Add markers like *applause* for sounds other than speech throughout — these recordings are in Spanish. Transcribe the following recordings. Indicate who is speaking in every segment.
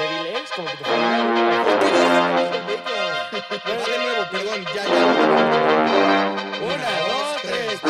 Speaker 1: ¿eh? como que te fue mal. No, Ah, de nuevo, perdón, ya, ya. Una, dos, tres.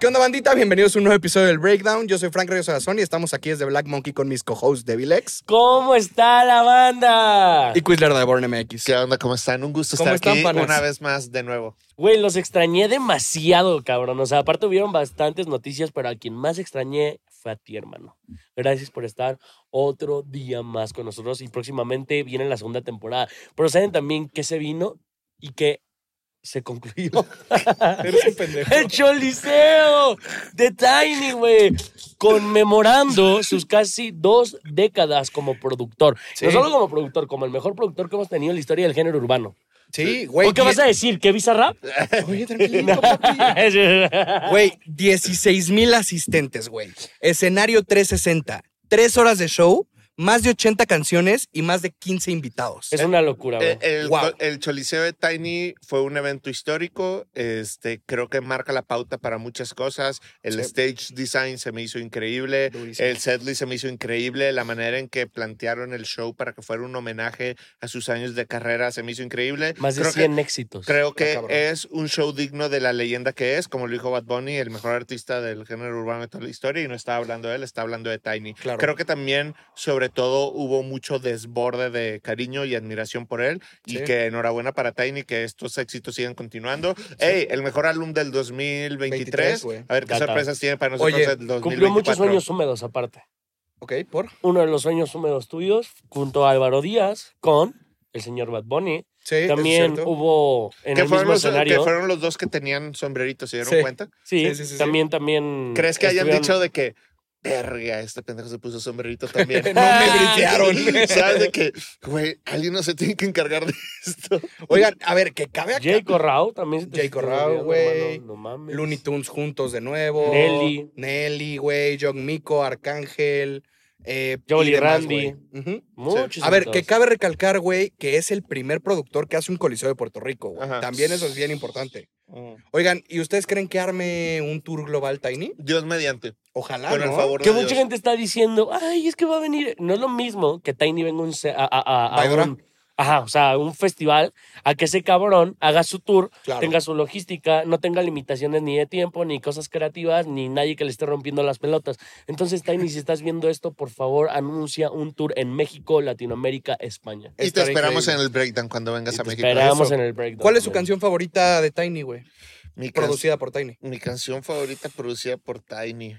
Speaker 1: ¿Qué onda, bandita? Bienvenidos a un nuevo episodio del Breakdown. Yo soy Frank Reyes Orazón y estamos aquí desde Black Monkey con mis co-hosts Devilex
Speaker 2: ¿Cómo está la banda?
Speaker 1: y Quizler de Born MX.
Speaker 3: ¿Qué onda? ¿Cómo están? Un gusto
Speaker 2: ¿Cómo
Speaker 3: estar
Speaker 2: están,
Speaker 3: aquí
Speaker 2: panas?
Speaker 3: una vez más de nuevo.
Speaker 2: Güey, los extrañé demasiado, cabrón. O sea, aparte hubieron bastantes noticias, pero a quien más extrañé fue a ti, hermano. Gracias por estar otro día más con nosotros y próximamente viene la segunda temporada. Pero saben también que se vino y que se concluyó.
Speaker 1: Ah, Eres un
Speaker 2: *laughs*
Speaker 1: pendejo.
Speaker 2: El Choliseo de Tiny, güey. Conmemorando sus casi dos décadas como productor.
Speaker 1: Sí.
Speaker 2: No solo como productor, como el mejor productor que hemos tenido en la historia del género urbano.
Speaker 1: Sí, güey.
Speaker 2: ¿O qué
Speaker 1: die-
Speaker 2: vas a decir? ¿Que Visa Rap?
Speaker 1: Oye, *laughs* tranquilo, papi. Güey, 16 mil asistentes, güey. Escenario 360. Tres horas de show, más de 80 canciones y más de 15
Speaker 2: *laughs*
Speaker 1: invitados.
Speaker 2: es una locura, güey.
Speaker 3: Eh, El,
Speaker 1: Wow.
Speaker 3: el Choliseo de Tiny fue un evento histórico. Este, creo que marca la pauta para muchas cosas. El
Speaker 1: Sí.
Speaker 3: stage design se me hizo increíble.
Speaker 1: Durísimo.
Speaker 3: El setlist se me hizo increíble. La manera en que plantearon el show para que fuera un homenaje a sus años de carrera se me hizo increíble.
Speaker 2: Más de
Speaker 3: Creo que-
Speaker 2: 100 éxitos.
Speaker 3: Creo
Speaker 1: Está
Speaker 3: que
Speaker 1: cabrón.
Speaker 3: es un show digno de la leyenda que es, como lo dijo Bad Bunny, el mejor artista del género urbano de toda la historia, y no está hablando de él, está hablando de Tiny.
Speaker 1: Claro.
Speaker 3: Creo que también, sobre todo, hubo mucho desborde de cariño y admiración por él,
Speaker 1: Sí.
Speaker 3: y que enhorabuena para Tiny, que estos éxitos sigan continuando. Ey, el mejor álbum del
Speaker 1: 23,
Speaker 3: 2023.
Speaker 1: güey.
Speaker 3: a ver qué
Speaker 2: Gata.
Speaker 3: sorpresas tiene para nosotros
Speaker 1: Oye,
Speaker 3: el 2024.
Speaker 2: Cumplió muchos sueños húmedos, aparte.
Speaker 1: Ok, por.
Speaker 2: Uno de los sueños húmedos tuyos, junto a Álvaro Díaz, con el señor Bad Bunny.
Speaker 1: Sí,
Speaker 2: También
Speaker 1: es cierto.
Speaker 2: hubo en
Speaker 3: Que
Speaker 2: el
Speaker 3: fueron,
Speaker 2: mismo
Speaker 3: los, que
Speaker 2: escenario.
Speaker 3: fueron los dos que tenían sombreritos, ¿se dieron
Speaker 1: Sí.
Speaker 3: cuenta?
Speaker 2: Sí,
Speaker 1: Sí, sí, sí, sí.
Speaker 2: también, también.
Speaker 3: ¿Crees que hayan
Speaker 2: Mm, estuvieron-
Speaker 3: dicho de que, verga, este pendejo se puso sombrerito
Speaker 2: *laughs*
Speaker 3: también?
Speaker 1: *laughs* No me
Speaker 2: Ah,
Speaker 1: britearon.
Speaker 3: Ah,
Speaker 1: *laughs*
Speaker 3: ¿Sabes de que, güey, alguien no se tiene que encargar de *laughs* esto?
Speaker 1: Oigan, a ver, que cabe acá.
Speaker 2: Jay Corrao también. se te
Speaker 1: Jay
Speaker 2: está
Speaker 1: Corrao,
Speaker 2: olvidando,
Speaker 1: güey.
Speaker 2: hermano, No mames.
Speaker 1: Looney Tunes juntos de nuevo.
Speaker 2: Nelly.
Speaker 1: Nelly, güey. John Mico, Arcángel. Eh,
Speaker 2: Jolly
Speaker 1: y demás,
Speaker 2: Randy.
Speaker 1: güey. Ujú.
Speaker 2: Muchos
Speaker 1: A ver, que
Speaker 2: invitados.
Speaker 1: cabe recalcar, güey, que es el primer productor que hace un coliseo de Puerto Rico, güey.
Speaker 3: Ajá.
Speaker 1: También eso es bien importante. Oigan, ¿y ustedes creen que arme un tour global Tiny?
Speaker 3: Dios mediante.
Speaker 1: Ojalá,
Speaker 3: con el
Speaker 1: Ah, ¿no?
Speaker 3: favor de
Speaker 2: Que
Speaker 3: Dios.
Speaker 2: mucha gente está diciendo, ay, es que va a venir. No es lo mismo que Tiny venga un se- a, a- a- a
Speaker 1: Vaidora.
Speaker 2: un, ajá, o sea, a un festival, a que ese cabrón haga su tour,
Speaker 1: Claro.
Speaker 2: tenga su logística, no tenga limitaciones ni de tiempo, ni cosas creativas, ni nadie que le esté rompiendo las pelotas. Entonces, Tiny, si estás viendo esto, por favor, anuncia un tour en México, Latinoamérica, España.
Speaker 3: Y te
Speaker 1: Estará
Speaker 3: esperamos
Speaker 1: increíble.
Speaker 3: en el breakdown cuando vengas
Speaker 2: Y
Speaker 3: a
Speaker 2: te
Speaker 3: México.
Speaker 2: esperamos
Speaker 1: Eso.
Speaker 2: en el breakdown.
Speaker 1: ¿Cuál es su
Speaker 2: también.
Speaker 1: canción favorita de Tiny, güey?
Speaker 3: Mi, can-
Speaker 1: Producida por Tiny.
Speaker 3: mi canción favorita producida por Tiny.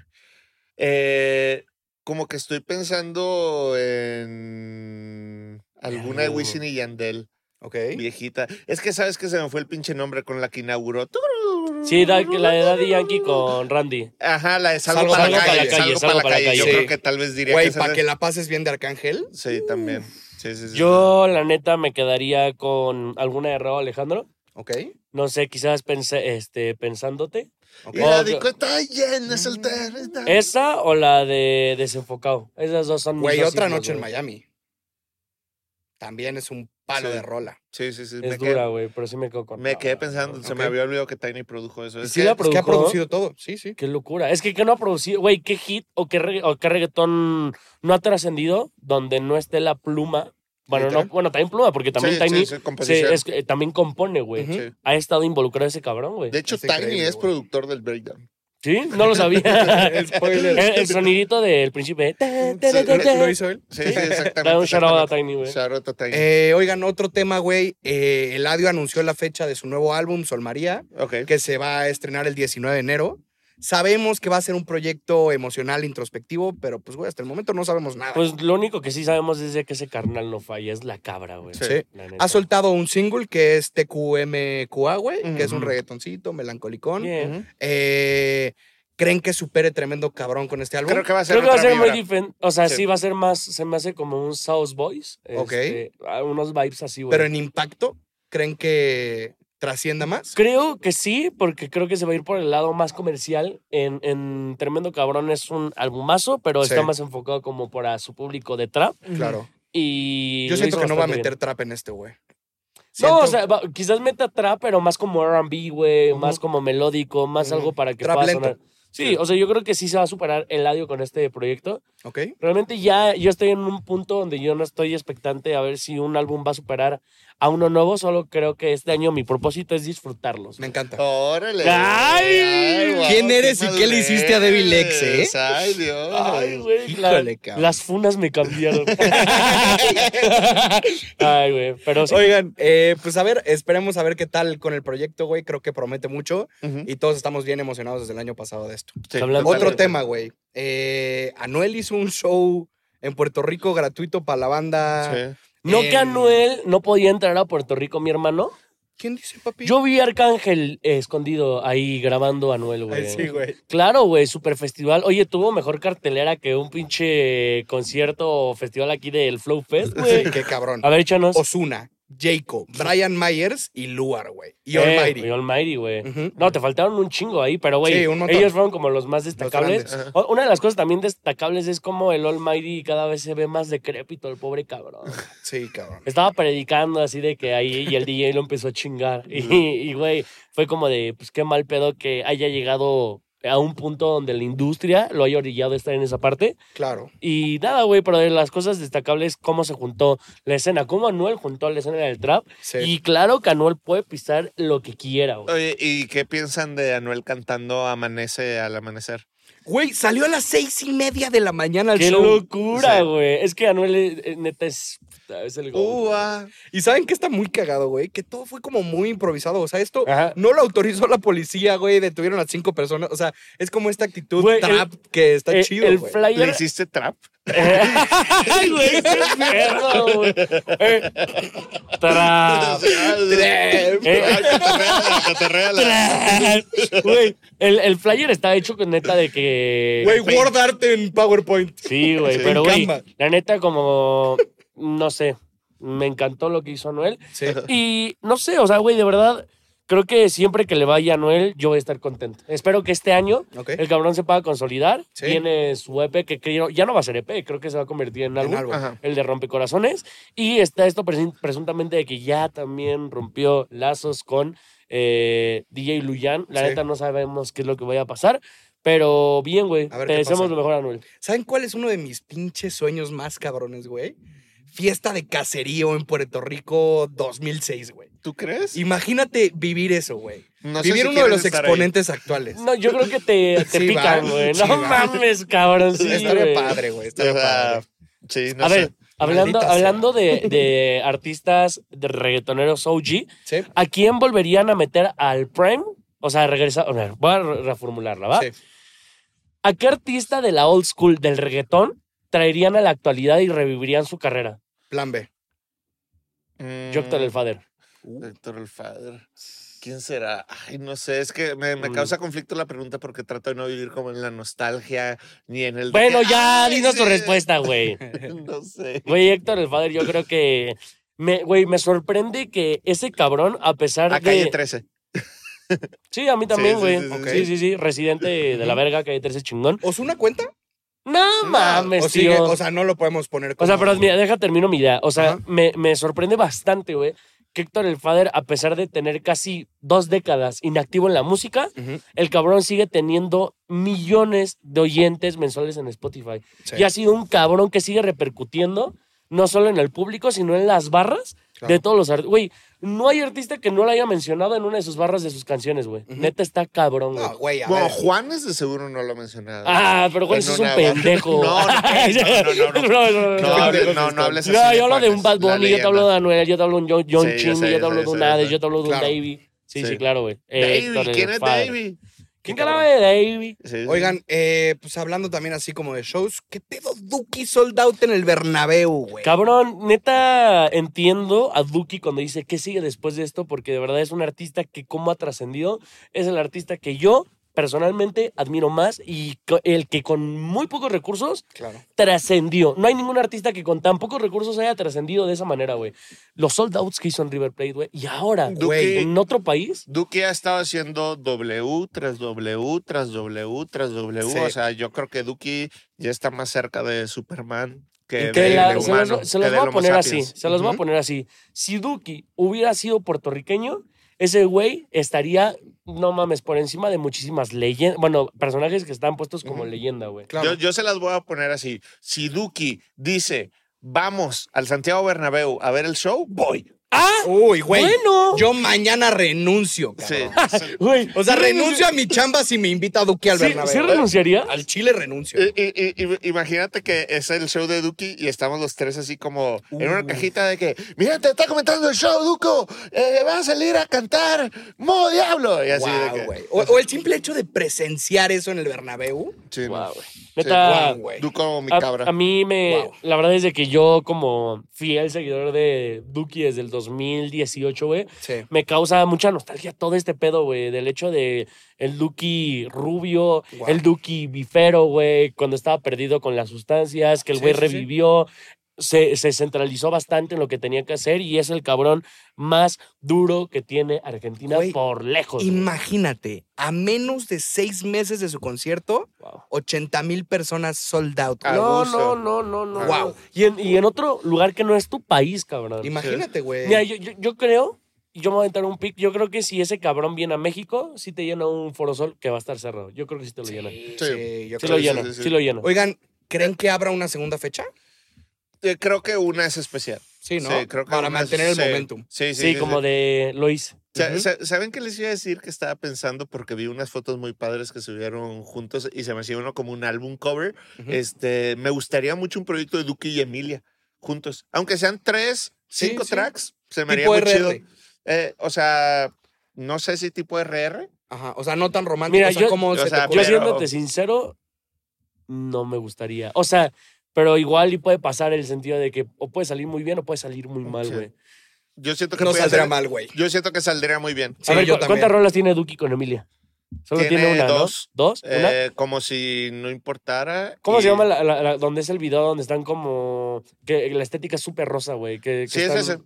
Speaker 3: Eh, como que estoy pensando en alguna de
Speaker 2: Algo.
Speaker 3: Wisin y Yandel,
Speaker 1: Ok.
Speaker 3: viejita. Es que sabes que se me fue el pinche nombre con la que inauguró.
Speaker 2: Sí, da- la de Daddy Yankee con Randy.
Speaker 3: Ajá, la de salgo,
Speaker 1: Salgo
Speaker 3: para
Speaker 1: pa'
Speaker 3: la
Speaker 1: la
Speaker 3: calle,
Speaker 1: calle,
Speaker 3: salgo para la calle. Yo
Speaker 1: Sí.
Speaker 3: creo que tal vez diría
Speaker 1: Güey,
Speaker 3: que esa
Speaker 1: para
Speaker 3: es-
Speaker 1: que la pases bien de Arcángel.
Speaker 3: Sí, también. Sí, sí, sí.
Speaker 2: Yo, la neta, me quedaría con alguna de Raúl Alejandro.
Speaker 1: Ok.
Speaker 2: No sé, quizás pensé, este, pensándote.
Speaker 1: ok.
Speaker 3: Y la
Speaker 2: Oh,
Speaker 3: disco
Speaker 2: yo-
Speaker 3: está llena, soltera, está-
Speaker 2: ¿Esa o la de Desenfocado? Esas dos son mis
Speaker 1: Güey,
Speaker 2: dos
Speaker 1: otra
Speaker 2: himnos,
Speaker 1: noche en
Speaker 2: güey.
Speaker 1: Miami. También es un palo
Speaker 3: Sí.
Speaker 1: de rola.
Speaker 3: Sí, sí, sí.
Speaker 2: Es
Speaker 3: me quedé-
Speaker 2: dura, güey, pero sí me quedo con.
Speaker 3: Me quedé
Speaker 2: Raúl,
Speaker 3: pensando,
Speaker 2: güey.
Speaker 3: se me
Speaker 1: Ok.
Speaker 3: había olvidado que Tiny produjo eso.
Speaker 2: ¿Y
Speaker 3: Es
Speaker 2: si
Speaker 3: que-
Speaker 2: la
Speaker 1: Es que ha
Speaker 2: produjo?
Speaker 1: producido todo. Sí, sí.
Speaker 2: Qué locura. Es que, ¿qué no ha producido? Güey, ¿qué hit o qué, regga- o qué reggaetón no ha trascendido donde no esté la pluma? Bueno, no,
Speaker 1: Literal.
Speaker 2: bueno, también pluma, porque también
Speaker 3: Sí, sí,
Speaker 2: Tiny
Speaker 3: sí,
Speaker 2: se-
Speaker 3: composición.
Speaker 2: es- eh, también compone, güey.
Speaker 1: Ujú.
Speaker 3: Sí.
Speaker 2: Ha estado involucrado ese cabrón, güey.
Speaker 3: De hecho,
Speaker 1: Es
Speaker 3: Tiny
Speaker 1: increíble,
Speaker 3: es
Speaker 1: güey.
Speaker 3: productor del breakdown.
Speaker 2: Sí, no lo sabía. el,
Speaker 1: *laughs* Spoiler.
Speaker 2: el sonidito del príncipe. Ta, ta, ta, ta,
Speaker 1: ¿Lo,
Speaker 2: ta.
Speaker 1: lo hizo él?
Speaker 3: Sí, sí, exactamente.
Speaker 2: Da un shout out
Speaker 3: exactamente.
Speaker 2: a Tiny, güey.
Speaker 3: Shout out a Tiny.
Speaker 1: Eh, oigan, otro tema, güey. Eh, Eladio anunció la fecha de su nuevo álbum, Sol María,
Speaker 3: Ok.
Speaker 1: que se va a estrenar el 19 de enero. Sabemos que va a ser un proyecto emocional, introspectivo, pero pues, güey, hasta el momento no sabemos nada.
Speaker 2: Pues lo único que sí sabemos es de que ese carnal no falla, es la cabra, güey.
Speaker 3: Sí.
Speaker 1: Sí.
Speaker 2: La neta.
Speaker 1: Ha soltado un single que es TQMQA, güey, que es un
Speaker 3: Ujú.
Speaker 1: reggaetoncito, melancolicón.
Speaker 2: Bien.
Speaker 3: Ujú.
Speaker 1: Eh, ¿Creen que supere tremendo cabrón con este álbum?
Speaker 3: Creo que va a ser
Speaker 2: Creo que va a
Speaker 3: otra
Speaker 2: ser muy
Speaker 3: vibra.
Speaker 2: diferente. O sea, sí.
Speaker 3: Sí.
Speaker 2: va a ser más. Se me hace como un South Boys.
Speaker 1: Ok.
Speaker 2: este, ah, unos vibes así, güey.
Speaker 1: Pero en impacto, ¿creen que trascienda más?
Speaker 2: Creo que sí, porque creo que se va a ir por el lado más comercial. En, en Tremendo Cabrón es un albumazo, pero
Speaker 1: Sí.
Speaker 2: está más enfocado como para su público de trap.
Speaker 1: Claro.
Speaker 2: Y
Speaker 1: Yo
Speaker 2: lo
Speaker 1: siento
Speaker 2: hizo
Speaker 1: que no va a
Speaker 2: bastante bien.
Speaker 1: meter trap en este, güey.
Speaker 2: No,
Speaker 1: Siento
Speaker 2: o sea, va- quizás meta trap, pero más como RB, güey, más como melódico, más
Speaker 1: Ujú.
Speaker 2: algo para que
Speaker 1: Trap
Speaker 2: pueda
Speaker 1: lento.
Speaker 2: sonar. Sí, o sea, yo creo que sí se va a superar el ladio con este proyecto.
Speaker 1: ¿Ok?
Speaker 2: Realmente ya yo estoy en un punto donde yo no estoy expectante a ver si un álbum va a superar a uno nuevo, solo creo que este año mi propósito es disfrutarlos.
Speaker 1: Me encanta.
Speaker 3: Órale.
Speaker 2: ¡Ay!
Speaker 3: guau,
Speaker 1: ¿Quién eres y qué le hiciste a Devil X, eh?
Speaker 3: Ay, Dios.
Speaker 2: Ay, güey. la-
Speaker 1: Híjole, cabrón.
Speaker 2: las funas me
Speaker 1: *laughs*
Speaker 2: cambiaron. Ay, güey. Pero sí.
Speaker 1: Oigan, eh, pues a ver, esperemos a ver qué tal con el proyecto, güey. Creo que promete mucho
Speaker 3: Ujú.
Speaker 1: y todos estamos bien emocionados desde el año pasado de esto.
Speaker 3: Sí,
Speaker 2: Hablando-
Speaker 3: totalmente.
Speaker 1: Otro tema, güey. Eh, Anuel hizo un show en Puerto Rico gratuito para la banda.
Speaker 3: Sí.
Speaker 2: ¿No
Speaker 1: Eh,
Speaker 2: que Anuel no podía entrar a Puerto Rico, mi hermano?
Speaker 1: ¿Quién dice, papi?
Speaker 2: Yo vi a Arcángel eh, escondido ahí grabando a Anuel,
Speaker 1: Ay,
Speaker 2: güey.
Speaker 1: sí, güey.
Speaker 2: Claro, güey, super festival. Oye, tuvo mejor cartelera que un pinche concierto o festival aquí del Flow Fest, güey.
Speaker 1: Sí, qué cabrón.
Speaker 2: A ver, échanos.
Speaker 1: Osuna, Jacob, Brian Myers y Luar, güey. Y
Speaker 2: Eh,
Speaker 1: Almighty.
Speaker 2: Y Almighty, güey.
Speaker 1: Ujú.
Speaker 2: No, te faltaron un chingo ahí, pero güey,
Speaker 1: Sí, un montón.
Speaker 2: ellos fueron como los más
Speaker 1: Los
Speaker 2: destacables.
Speaker 1: grandes.
Speaker 2: O- Una de las cosas también destacables es como el Almighty cada vez se ve más decrépito, el pobre cabrón.
Speaker 1: Sí, cabrón.
Speaker 2: Estaba predicando así de que ahí y el DJ lo empezó a
Speaker 1: *laughs*
Speaker 2: chingar. Y, y, güey, fue como de, pues qué mal pedo que haya llegado a un punto donde la industria lo haya orillado a estar en esa parte.
Speaker 1: Claro.
Speaker 2: Y nada, güey, pero de las cosas destacables, cómo se juntó la escena, cómo Anuel juntó la escena del trap.
Speaker 1: Sí.
Speaker 2: Y claro que Anuel puede pisar lo que quiera, güey.
Speaker 3: Oye, ¿y qué piensan de Anuel cantando Amanece al amanecer?
Speaker 1: Güey, salió a las seis y media de la mañana al
Speaker 2: ¡Qué
Speaker 1: show.
Speaker 2: locura,
Speaker 3: Sí.
Speaker 2: güey! Es que Anuel, eh, eh, neta, es, es el GOAT, güey.
Speaker 3: Ua.
Speaker 1: Y saben que está muy cagado, güey, que todo fue como muy improvisado. O sea, esto
Speaker 2: Ajá.
Speaker 1: no lo autorizó la policía, güey. Detuvieron a cinco personas. O sea, es como esta actitud
Speaker 2: Güey,
Speaker 1: trap que está
Speaker 2: Eh,
Speaker 1: chido,
Speaker 2: el
Speaker 1: güey.
Speaker 3: ¿Le
Speaker 2: flyer
Speaker 3: hiciste trap?
Speaker 2: Ay, güey, qué perro, güey. Eh,
Speaker 3: *laughs*
Speaker 2: tra-
Speaker 1: Eh,
Speaker 2: Güey, el, el flyer está hecho con neta de que.
Speaker 1: Güey, Word Art en PowerPoint.
Speaker 2: Sí, güey,
Speaker 1: Sí.
Speaker 2: pero
Speaker 1: En
Speaker 2: güey,
Speaker 1: Canva.
Speaker 2: la neta, como. No sé. Me encantó lo que hizo Anuel.
Speaker 1: Sí.
Speaker 2: Y no sé, o sea, güey, de verdad, creo que siempre que le vaya a Anuel, yo voy a estar contento. Espero que este año
Speaker 1: *laughs* Ok.
Speaker 2: el cabrón se pueda consolidar.
Speaker 1: Sí.
Speaker 2: Tiene su EP que creo, ya no va a ser EP, creo que se va a convertir en álbum.
Speaker 1: álbum.
Speaker 3: Ajá.
Speaker 2: el de rompecorazones. Y está esto presun- presuntamente de que ya también rompió lazos con eh, DJ Luyan. La
Speaker 1: Sí.
Speaker 2: neta no sabemos qué es lo que vaya a pasar. Pero bien, güey.
Speaker 1: A ver
Speaker 2: Te
Speaker 1: qué
Speaker 2: deseamos
Speaker 1: pasa.
Speaker 2: lo mejor, Anuel.
Speaker 1: ¿Saben cuál es uno de mis pinches sueños más cabrones, güey? Fiesta de caserío en Puerto Rico 2006, güey.
Speaker 3: ¿Tú crees?
Speaker 1: Imagínate vivir eso, güey.
Speaker 3: No sé
Speaker 1: vivir
Speaker 3: si
Speaker 1: uno de
Speaker 3: quieres
Speaker 1: los
Speaker 3: estar ahí.
Speaker 1: exponentes actuales.
Speaker 2: No, yo creo que
Speaker 1: *laughs*
Speaker 2: te, te
Speaker 1: Sí,
Speaker 2: pican,
Speaker 1: va.
Speaker 2: güey.
Speaker 1: Sí,
Speaker 2: No
Speaker 1: va.
Speaker 2: mames, cabrón. Sí,
Speaker 1: estaría
Speaker 2: güey.
Speaker 1: padre, güey.
Speaker 3: O sea,
Speaker 1: Estaría padre.
Speaker 3: sí, no
Speaker 2: A ver,
Speaker 3: sé.
Speaker 2: hablando,
Speaker 1: Maldita sea.
Speaker 2: hablando de, de artistas de reggaetoneros OG,
Speaker 1: Sí,
Speaker 2: ¿a quién volverían a meter al Prime? O sea, regresar. a ver, Voy a re- reformularla, ¿va?
Speaker 1: sí.
Speaker 2: ¿A qué artista de la old school del reggaetón traerían a la actualidad y revivirían su carrera?
Speaker 1: Plan B.
Speaker 2: Yo,
Speaker 3: Mm.
Speaker 2: Héctor el Fader.
Speaker 3: Héctor el Father. ¿Quién será? Ay, no sé, es que me, me causa conflicto la pregunta porque trato de no vivir como en la nostalgia ni en el... de
Speaker 2: Bueno,
Speaker 3: que,
Speaker 2: ya,
Speaker 3: ay,
Speaker 2: dinos tu
Speaker 3: sí.
Speaker 2: respuesta, güey.
Speaker 3: *laughs* No sé.
Speaker 2: Güey, Héctor el Fader, yo creo que. me- Güey, me sorprende que ese cabrón, a pesar
Speaker 3: A calle
Speaker 2: de.
Speaker 3: 13.
Speaker 2: Sí, a mí también,
Speaker 3: sí,
Speaker 2: güey. Sí
Speaker 3: sí,
Speaker 2: sí
Speaker 3: sí,
Speaker 2: sí,
Speaker 1: sí.
Speaker 2: residente de la verga, calle 13 chingón.
Speaker 1: ¿Osuna cuenta?
Speaker 2: No mames,
Speaker 1: o, sigue-
Speaker 2: tío.
Speaker 1: o sea, no lo podemos poner como...
Speaker 2: O sea, pero mira, deja termino mi idea. O sea,
Speaker 1: Ajá.
Speaker 2: me, me sorprende bastante, güey, que Héctor el Fader, a pesar de tener casi dos décadas inactivo en la música,
Speaker 1: Ujú,
Speaker 2: el cabrón sigue teniendo millones de oyentes mensuales en Spotify.
Speaker 1: sí,
Speaker 2: Y ha sido un cabrón que sigue repercutiendo, no solo en el público, sino en las barras
Speaker 1: claro.
Speaker 2: de todos los artistas. Güey, no hay artista que no lo haya mencionado en una de sus barras de sus canciones, güey.
Speaker 1: Ujú.
Speaker 2: Neta está cabrón, güey.
Speaker 1: No, güey, a
Speaker 3: Bueno,
Speaker 1: ver.
Speaker 3: Juanes de seguro no lo ha mencionado.
Speaker 2: Ah, pero Juan
Speaker 3: En
Speaker 2: es un
Speaker 3: una barra.
Speaker 2: pendejo.
Speaker 3: No, no, no, no,
Speaker 2: *laughs* No,
Speaker 3: no,
Speaker 2: no, no,
Speaker 3: No,
Speaker 2: no.
Speaker 3: hable- no, no hables así.
Speaker 2: No, yo hablo de un Bad
Speaker 3: Juanes, la
Speaker 2: Bunny, yo te hablo
Speaker 3: leyenda.
Speaker 2: de Anuel, yo te hablo de un John, John
Speaker 3: Sí, yo
Speaker 2: Chin,
Speaker 3: sé,
Speaker 2: yo te
Speaker 3: yo
Speaker 2: hablo
Speaker 3: sé,
Speaker 2: de un
Speaker 3: yo sé, yo
Speaker 2: Hades,
Speaker 3: sé.
Speaker 2: yo te hablo de un
Speaker 1: Claro.
Speaker 2: Davey. Sí,
Speaker 3: Sí.
Speaker 2: sí, claro, güey. Eh, Héctor
Speaker 3: Davey,
Speaker 2: el
Speaker 3: ¿quién es
Speaker 2: Father.
Speaker 3: Davey?
Speaker 2: ¿Quién calaba de Davey?
Speaker 3: Sí, sí.
Speaker 1: Oigan, eh, pues hablando también así como de shows, ¿qué pedo Duki sold out en el Bernabéu, güey?
Speaker 2: Cabrón, neta entiendo a Duki cuando dice qué sigue después de esto, porque de verdad es un artista que como ha trascendido, es el artista que yo personalmente admiro más y co- el que con muy pocos recursos
Speaker 1: Claro.
Speaker 2: trascendió. No hay ningún artista que con tan pocos recursos haya trascendido de esa manera, güey. Los sold outs que hizo en River Plate, güey, y ahora
Speaker 1: Du-
Speaker 3: Duque,
Speaker 2: en otro país.
Speaker 3: Duque ha estado haciendo W tras W tras W tras W.
Speaker 1: Sí.
Speaker 3: O sea, yo creo que Duque ya está más cerca de Superman que
Speaker 2: que
Speaker 3: del
Speaker 2: la-
Speaker 3: humano.
Speaker 2: se las, se
Speaker 3: que
Speaker 2: las voy
Speaker 3: del
Speaker 2: a
Speaker 3: Homo
Speaker 2: poner así,
Speaker 3: sapiens.
Speaker 2: se las voy a
Speaker 1: Ujú.
Speaker 2: poner así. Si Duki hubiera sido puertorriqueño, Ese güey estaría, no mames, por encima de muchísimas leyendas. Bueno, personajes que están puestos como
Speaker 3: Ujú.
Speaker 2: leyenda, güey.
Speaker 1: Claro.
Speaker 3: Yo, yo se las voy a poner así. Si Duki dice, vamos al Santiago Bernabéu a ver el show, voy.
Speaker 2: ¡Ah!
Speaker 1: Uy, güey.
Speaker 2: Bueno.
Speaker 1: Yo mañana renuncio,
Speaker 3: Sí.
Speaker 1: cabrón.
Speaker 2: Güey.
Speaker 1: O sea,
Speaker 2: sí
Speaker 1: renuncio a mi chamba si me invita a Duque al
Speaker 2: ¿Sí,
Speaker 1: Bernabéu. ¿eh?
Speaker 2: ¿sí renunciaría?
Speaker 1: Al Chile renuncio.
Speaker 3: Y- y- y- y- imagínate que es el show de Duki y estamos los tres así como en una
Speaker 1: Uh.
Speaker 3: cajita de que, mira, te está comentando el show, Duco, eh, vas a salir a cantar, ¡Modo Diablo! Y así de
Speaker 1: Guau,
Speaker 3: que...
Speaker 1: güey. o, o el simple hecho de presenciar eso en el Bernabéu.
Speaker 3: Sí, no.
Speaker 2: Guau, güey. Neta,
Speaker 1: Guau, güey.
Speaker 3: Duco, mi
Speaker 2: a,
Speaker 3: cabra.
Speaker 2: a mí me.
Speaker 1: Wow.
Speaker 2: La verdad es de que yo, como fiel seguidor de Duki desde el 2018, güey,
Speaker 1: Sí.
Speaker 2: me causa mucha nostalgia todo este pedo, güey. Del hecho de el Duki rubio,
Speaker 1: Guau.
Speaker 2: el Duki bifero, güey, cuando estaba perdido con las sustancias, que el
Speaker 1: Sí,
Speaker 2: güey
Speaker 1: sí, sí.
Speaker 2: revivió. Se, se centralizó bastante en lo que tenía que hacer y es el cabrón más duro que tiene Argentina
Speaker 1: Güey,
Speaker 2: por
Speaker 3: Pues,
Speaker 2: lejos. güey.
Speaker 1: Imagínate, a menos de seis meses de su concierto,
Speaker 2: Wow.
Speaker 1: 80 mil personas sold out.
Speaker 3: Ah,
Speaker 2: No,
Speaker 1: No,
Speaker 2: no,
Speaker 3: gusto.
Speaker 2: no, no, no.
Speaker 1: Guau.
Speaker 2: no. Y en, y en otro lugar que no es tu país, cabrón.
Speaker 1: Imagínate, güey.
Speaker 2: Mira, yo, yo, yo creo, y yo me voy a aventar un pick, yo creo que si ese cabrón viene a México, sí te llena un forosol que va a estar cerrado. Yo creo que sí te lo llena. Sí,
Speaker 1: Sí,
Speaker 3: Sí.
Speaker 1: sí, yo
Speaker 2: lo
Speaker 1: creo que
Speaker 2: llena,
Speaker 1: sí.
Speaker 2: sí,
Speaker 3: sí.
Speaker 2: lo llena.
Speaker 1: Oigan, ¿creen que abra una segunda fecha?
Speaker 3: Eh, Creo que una es especial.
Speaker 1: Sí, ¿no?
Speaker 3: Sí, creo que
Speaker 1: Para
Speaker 3: una es-
Speaker 1: mantener el
Speaker 3: sí.
Speaker 1: momentum.
Speaker 3: Sí, sí.
Speaker 2: sí, como de lo hice.
Speaker 3: Sa-
Speaker 1: Ujú.
Speaker 3: sa- ¿Saben qué les iba a decir? Que estaba pensando porque vi unas fotos muy padres que subieron juntos y se me hacía uno como un álbum cover.
Speaker 1: Ujú.
Speaker 3: Este, me gustaría mucho un proyecto de Duque y Emilia juntos. Aunque sean tres,
Speaker 1: Sí,
Speaker 3: cinco
Speaker 1: sí.
Speaker 3: tracks, se me haría
Speaker 1: Tipo
Speaker 3: muy
Speaker 1: RR.
Speaker 3: chido. Eh, o sea, no sé si tipo RR.
Speaker 1: Ajá. O sea, no tan romántico.
Speaker 2: Mira,
Speaker 1: o sea,
Speaker 2: yo-
Speaker 1: como
Speaker 3: o
Speaker 1: se te
Speaker 3: sea, pues,
Speaker 1: ocurre?
Speaker 2: Yo
Speaker 3: Ah, Pero-
Speaker 2: siéndote sincero, no me gustaría. O sea, pero igual y puede pasar el sentido de que o puede salir muy bien o puede salir muy mal,
Speaker 3: Sí.
Speaker 2: güey.
Speaker 3: Yo siento que
Speaker 1: no
Speaker 3: puede
Speaker 1: saldrá
Speaker 3: ser-
Speaker 1: mal, güey.
Speaker 3: Yo siento que saldría muy bien.
Speaker 1: Sí,
Speaker 2: a ver,
Speaker 1: yo
Speaker 2: ¿cu-
Speaker 1: también.
Speaker 2: ¿cuántas rolas tiene Duki con Emilia? Solo tiene,
Speaker 3: Tiene
Speaker 2: una, ¿no?
Speaker 3: dos.
Speaker 2: ¿Dos? ¿Una?
Speaker 3: Eh, como si no importara.
Speaker 2: ¿Cómo se
Speaker 3: y-
Speaker 2: llama la, la- la- donde es el video donde están como que la estética es súper rosa, güey? Que, que
Speaker 3: Sí, es
Speaker 2: están-
Speaker 3: ese.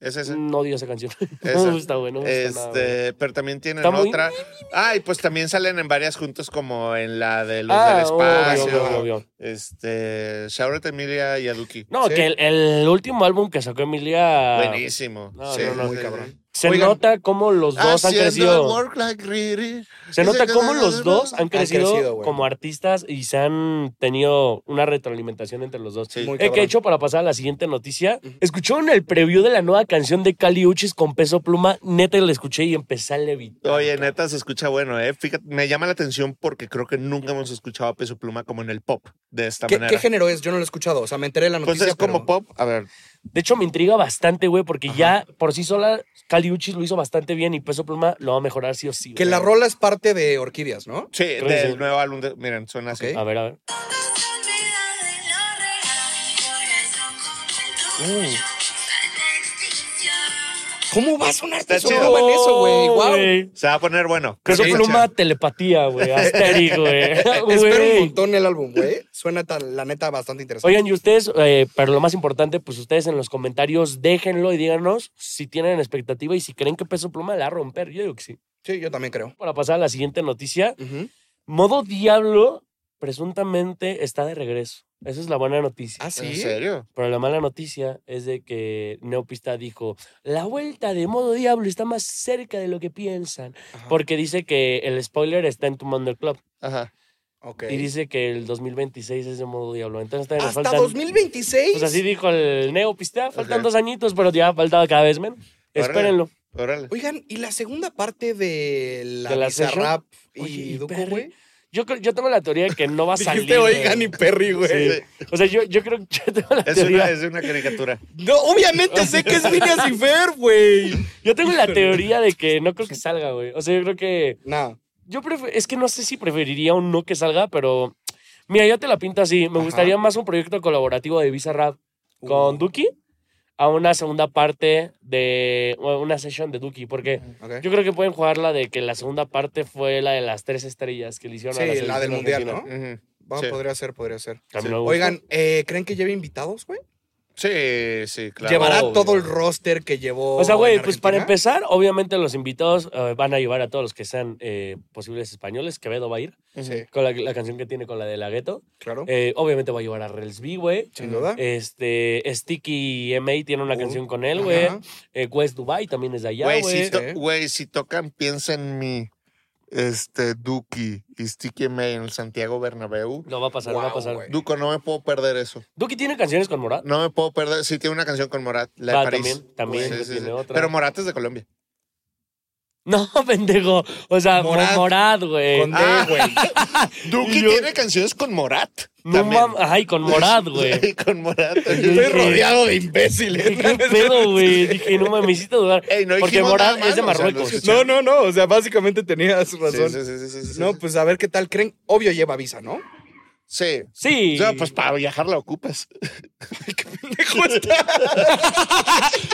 Speaker 3: Es ese.
Speaker 2: No odio esa canción. Mm, *laughs* no
Speaker 3: Esa.
Speaker 2: me gusta, güey. No me gusta nada, güey.
Speaker 3: Este, pero también tienen
Speaker 2: Está muy-
Speaker 3: otra. Ah, y pues también salen en varias juntos, como en la de Luz
Speaker 2: Ah,
Speaker 3: del Espacio.
Speaker 2: obvio, obvio, obvio.
Speaker 3: Este, shout out a Emilia y a Duki.
Speaker 2: No,
Speaker 1: Sí.
Speaker 2: que el, el último álbum que sacó Emilia
Speaker 3: Buenísimo.
Speaker 2: No,
Speaker 3: Sí,
Speaker 2: no, no,
Speaker 3: sí,
Speaker 1: muy
Speaker 3: sí,
Speaker 1: cabrón.
Speaker 3: sí.
Speaker 2: se
Speaker 1: Oigan.
Speaker 2: nota cómo los dos han
Speaker 3: Haciendo el
Speaker 2: crecido.
Speaker 3: work like Riri.
Speaker 2: Se
Speaker 3: Dice
Speaker 2: nota
Speaker 3: que
Speaker 2: cómo
Speaker 3: no,
Speaker 2: los
Speaker 3: no,
Speaker 2: dos
Speaker 3: no.
Speaker 2: han crecido,
Speaker 1: crecido, güey.
Speaker 2: como artistas y se han tenido una retroalimentación entre los dos.
Speaker 3: Sí.
Speaker 1: Muy
Speaker 2: Eh, que
Speaker 1: cabrón.
Speaker 2: he hecho para pasar a la siguiente noticia. ¿Escucharon el preview de la nueva canción de Cali Uchis con peso pluma? Neta, la escuché y empecé a levitar.
Speaker 3: Oye, neta, se escucha bueno, ¿eh? Fíjate, me llama la atención porque creo que nunca hemos escuchado a Peso Pluma como en el pop de esta
Speaker 1: ¿Qué,
Speaker 3: manera.
Speaker 1: qué género es? Yo no lo he escuchado. O sea, me enteré de la
Speaker 3: pues
Speaker 1: noticia.
Speaker 3: es como
Speaker 1: pero-
Speaker 3: pop. A ver,
Speaker 2: De hecho, me intriga bastante, güey, porque ya por sí sola Cali Uchis lo hizo bastante bien y Peso Pluma lo va a mejorar sí o sí.
Speaker 1: Que
Speaker 2: güey.
Speaker 1: la rola es parte de Orquídeas, ¿no?
Speaker 3: sí,
Speaker 2: Creo que
Speaker 3: del
Speaker 2: sí.
Speaker 3: nuevo álbum. de- miren, suena así.
Speaker 1: Ok.
Speaker 2: A ver, a ver.
Speaker 1: ¿Cómo va a sonar
Speaker 3: Está
Speaker 1: Peso
Speaker 3: chido.
Speaker 1: Pluma en eso, güey?
Speaker 2: Oh,
Speaker 1: Guau.
Speaker 2: güey.
Speaker 3: Se va a poner bueno.
Speaker 2: Peso
Speaker 3: Sí,
Speaker 2: Pluma, telepatía, güey. Asterix,
Speaker 1: *laughs*
Speaker 2: güey.
Speaker 1: Espero un
Speaker 2: Güey.
Speaker 1: montón el álbum, güey. Suena, tan- la neta, bastante interesante.
Speaker 2: Oigan, y ustedes, eh, pero lo más importante, pues ustedes en los comentarios déjenlo y díganos si tienen expectativa y si creen que Peso Pluma la va a romper. Yo digo que sí.
Speaker 1: Sí, yo también creo.
Speaker 2: Para pasar a la siguiente noticia,
Speaker 1: Ujú.
Speaker 2: Modo Diablo presuntamente está de regreso. Esa es la buena noticia.
Speaker 1: Ah,
Speaker 3: ¿En
Speaker 1: sí.
Speaker 3: serio?
Speaker 2: Pero la mala noticia es de que Neopista dijo, la vuelta de modo diablo está más cerca de lo que piensan.
Speaker 1: Ajá.
Speaker 2: Porque dice que el spoiler está en tu Mundo Club.
Speaker 3: Ajá.
Speaker 1: Ok.
Speaker 2: Y dice que el 2026 es de modo diablo. Entonces todavía nos
Speaker 1: Hasta
Speaker 2: faltan...
Speaker 1: 2026.
Speaker 2: Pues así dijo el Neopista. Faltan
Speaker 3: Ok.
Speaker 2: dos añitos, pero ya faltaba cada vez menos.
Speaker 3: Órale.
Speaker 2: Espérenlo.
Speaker 3: Órale.
Speaker 1: Oigan, ¿y la segunda parte de la,
Speaker 2: ¿De la
Speaker 1: Bizarrap y
Speaker 2: Oye, ¿y
Speaker 1: Duco,
Speaker 2: Perry?
Speaker 1: güey?
Speaker 2: Yo, creo- yo tengo la teoría de que no va a salir.
Speaker 1: *laughs* Dijiste,
Speaker 2: güey.
Speaker 1: oigan, y Perry, güey.
Speaker 3: Sí.
Speaker 2: O sea, yo, yo creo *laughs* que yo tengo la
Speaker 3: Es
Speaker 2: teoría.
Speaker 3: una, es una caricatura.
Speaker 1: No, obviamente sé que es Phineas y Fer, güey.
Speaker 2: Yo tengo la teoría de que no creo que salga, güey. O sea, yo creo que...
Speaker 1: No.
Speaker 2: Yo prefe- es que no sé si preferiría un no que salga, pero mira, yo te la pinto así. Me
Speaker 1: Ajá.
Speaker 2: gustaría más un proyecto colaborativo de Visa Rap *laughs*
Speaker 1: Uh,
Speaker 2: con Duki a una segunda parte de o una sesión de Duki, porque
Speaker 1: Ok.
Speaker 2: yo creo que pueden jugar la de que la segunda parte fue la de las tres estrellas que le hicieron a la
Speaker 1: Sí, la del
Speaker 2: selección
Speaker 1: mundial,
Speaker 2: argentina.
Speaker 1: ¿no?
Speaker 3: Ujú.
Speaker 1: Va,
Speaker 3: Sí.
Speaker 1: Podría ser, podría ser.
Speaker 2: También
Speaker 3: Sí.
Speaker 2: me gusta.
Speaker 1: Oigan, eh, ¿creen que lleve invitados, güey?
Speaker 3: Sí, sí, claro.
Speaker 1: Llevará
Speaker 2: Obvio.
Speaker 1: todo el roster que llevó.
Speaker 2: O sea, güey,
Speaker 1: en
Speaker 2: pues para
Speaker 1: Argentina.
Speaker 2: empezar, obviamente los invitados eh, van a llevar a todos los que sean eh, posibles españoles. Quevedo va a ir
Speaker 3: Ujú.
Speaker 2: con la, la canción que tiene con la de la gueto.
Speaker 1: Claro.
Speaker 2: Eh, obviamente va a llevar a Rels B, güey.
Speaker 1: sin duda.
Speaker 2: Este, Sticky MA tiene una
Speaker 1: Uh,
Speaker 2: canción con él, güey.
Speaker 1: Ajá.
Speaker 2: Eh, West Dubai también es de allá,
Speaker 3: Güey,
Speaker 2: güey.
Speaker 3: si, to-
Speaker 1: Sí.
Speaker 3: güey, si tocan, piensa en mí. Este, Duki y Sticky May en el Santiago Bernabéu.
Speaker 2: No va a pasar, va a
Speaker 1: Guau,
Speaker 2: pasar.
Speaker 1: güey.
Speaker 3: Duco, no me puedo perder eso.
Speaker 2: Duki tiene canciones con Morat.
Speaker 3: No me puedo perder. Sí, tiene una canción con Morat, la
Speaker 2: Ah,
Speaker 3: de París.
Speaker 2: también, también
Speaker 3: Sí, sí, sí.
Speaker 2: tiene otra.
Speaker 3: Pero Morat es de Colombia.
Speaker 2: *laughs* No, pendejo. O sea, Mo-
Speaker 1: Morat.
Speaker 2: Morat, güey.
Speaker 1: Con D,
Speaker 2: *laughs*
Speaker 1: güey.
Speaker 3: Duki
Speaker 2: Y yo-
Speaker 3: tiene canciones con Morat.
Speaker 2: No mames. Ay, con
Speaker 1: *laughs*
Speaker 2: Morat, güey.
Speaker 3: Sí, con Morat.
Speaker 1: Estoy
Speaker 2: Sí.
Speaker 1: rodeado de imbéciles.
Speaker 2: *laughs* ¿Qué
Speaker 1: *laughs*
Speaker 2: pedo, güey? Dije, no mames, me hiciste dudar.
Speaker 3: Ey, no
Speaker 2: Porque
Speaker 3: dijimos
Speaker 2: Morat
Speaker 3: nada
Speaker 2: es de
Speaker 3: malo, o sea, lo
Speaker 2: Marruecos.
Speaker 3: escuché.
Speaker 1: No, no, no. O sea, básicamente tenías
Speaker 3: Sí,
Speaker 1: razón.
Speaker 3: sí, sí, sí, sí, sí.
Speaker 1: No, pues a ver qué tal creen. Obvio lleva
Speaker 2: *laughs*
Speaker 1: visa, ¿no?
Speaker 3: Sí.
Speaker 2: Sí.
Speaker 3: O sea, pues *laughs* para viajar
Speaker 2: *laughs*
Speaker 3: la ocupas.
Speaker 1: Pendejo está.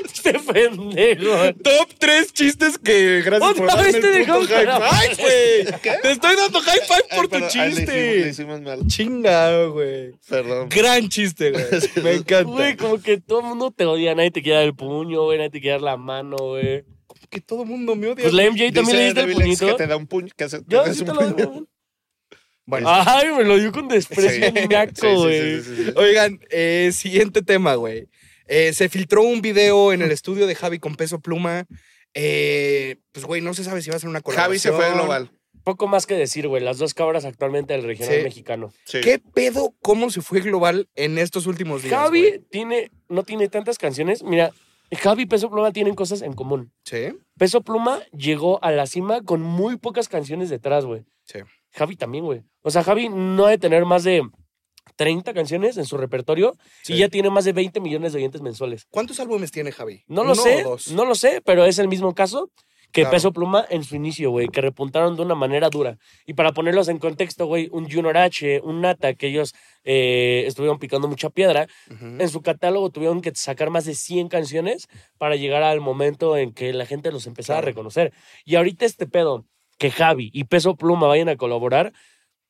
Speaker 2: Este pendejo.
Speaker 1: Top 3 chistes que gracias por
Speaker 2: Otra
Speaker 1: darme
Speaker 2: vez te
Speaker 1: el puto
Speaker 2: dejamos
Speaker 1: high
Speaker 2: para-
Speaker 1: five, güey.
Speaker 3: *laughs*
Speaker 1: Te estoy dando high five por
Speaker 3: Ay,
Speaker 1: tu
Speaker 3: perdón, ay, le hicimos- le
Speaker 1: chiste.
Speaker 3: hicimos mal.
Speaker 1: Chinga, güey.
Speaker 3: Perdón.
Speaker 1: Gran chiste,
Speaker 3: *laughs*
Speaker 1: güey. Me
Speaker 2: Güey,
Speaker 1: encanta.
Speaker 2: como que todo el mundo te odia. Nadie te quiere dar el puño, güey. Nadie te quiere dar la mano, güey.
Speaker 1: Que todo el mundo me odia.
Speaker 2: Pues la MJ también le
Speaker 3: Dice
Speaker 2: diste el
Speaker 3: Devil X
Speaker 2: puñito.
Speaker 3: Que te da un puño. Que hace- te
Speaker 2: Yo
Speaker 3: das
Speaker 2: sí
Speaker 3: un
Speaker 2: te lo
Speaker 3: puño.
Speaker 2: doy.
Speaker 1: Bueno.
Speaker 2: Ay, me lo dio con desprecio
Speaker 3: Sí.
Speaker 2: un naco, güey.
Speaker 3: Sí, sí, sí, sí, sí.
Speaker 1: Oigan, eh, siguiente tema, güey. Eh, se filtró un video en el estudio de Javi con peso pluma. Eh, pues, güey, no se sabe si va a ser una
Speaker 3: Javi se
Speaker 1: colaboración.
Speaker 3: fue global.
Speaker 2: Poco más que decir, güey. Las dos cabras actualmente del regional
Speaker 1: Sí.
Speaker 2: mexicano.
Speaker 3: Sí.
Speaker 1: ¿Qué pedo? ¿Cómo se fue global en estos últimos días?
Speaker 2: Javi
Speaker 1: güey?
Speaker 2: tiene, no tiene tantas canciones. Mira, Javi y Peso Pluma tienen cosas en común.
Speaker 1: Sí,
Speaker 2: Peso Pluma llegó a la cima con muy pocas canciones detrás, güey.
Speaker 1: sí.
Speaker 2: Javi también, güey. O sea, Javi no ha de tener más de 30 canciones en su repertorio
Speaker 1: Sí.
Speaker 2: y ya tiene más de 20 millones de oyentes mensuales.
Speaker 1: ¿Cuántos álbumes tiene Javi?
Speaker 2: No lo
Speaker 1: ¿Uno
Speaker 2: sé,
Speaker 1: o dos?
Speaker 2: no lo sé, pero es el mismo caso que
Speaker 1: Claro.
Speaker 2: Peso Pluma en su inicio, güey, que repuntaron de una manera dura. Y para ponerlos en contexto, güey, un Junior H, un Nata, que ellos eh, estuvieron picando mucha piedra,
Speaker 1: Ujú.
Speaker 2: en su catálogo tuvieron que sacar más de 100 canciones para llegar al momento en que la gente los empezaba
Speaker 1: Claro.
Speaker 2: a reconocer. Y ahorita este pedo, que Javi y Peso Pluma vayan a colaborar,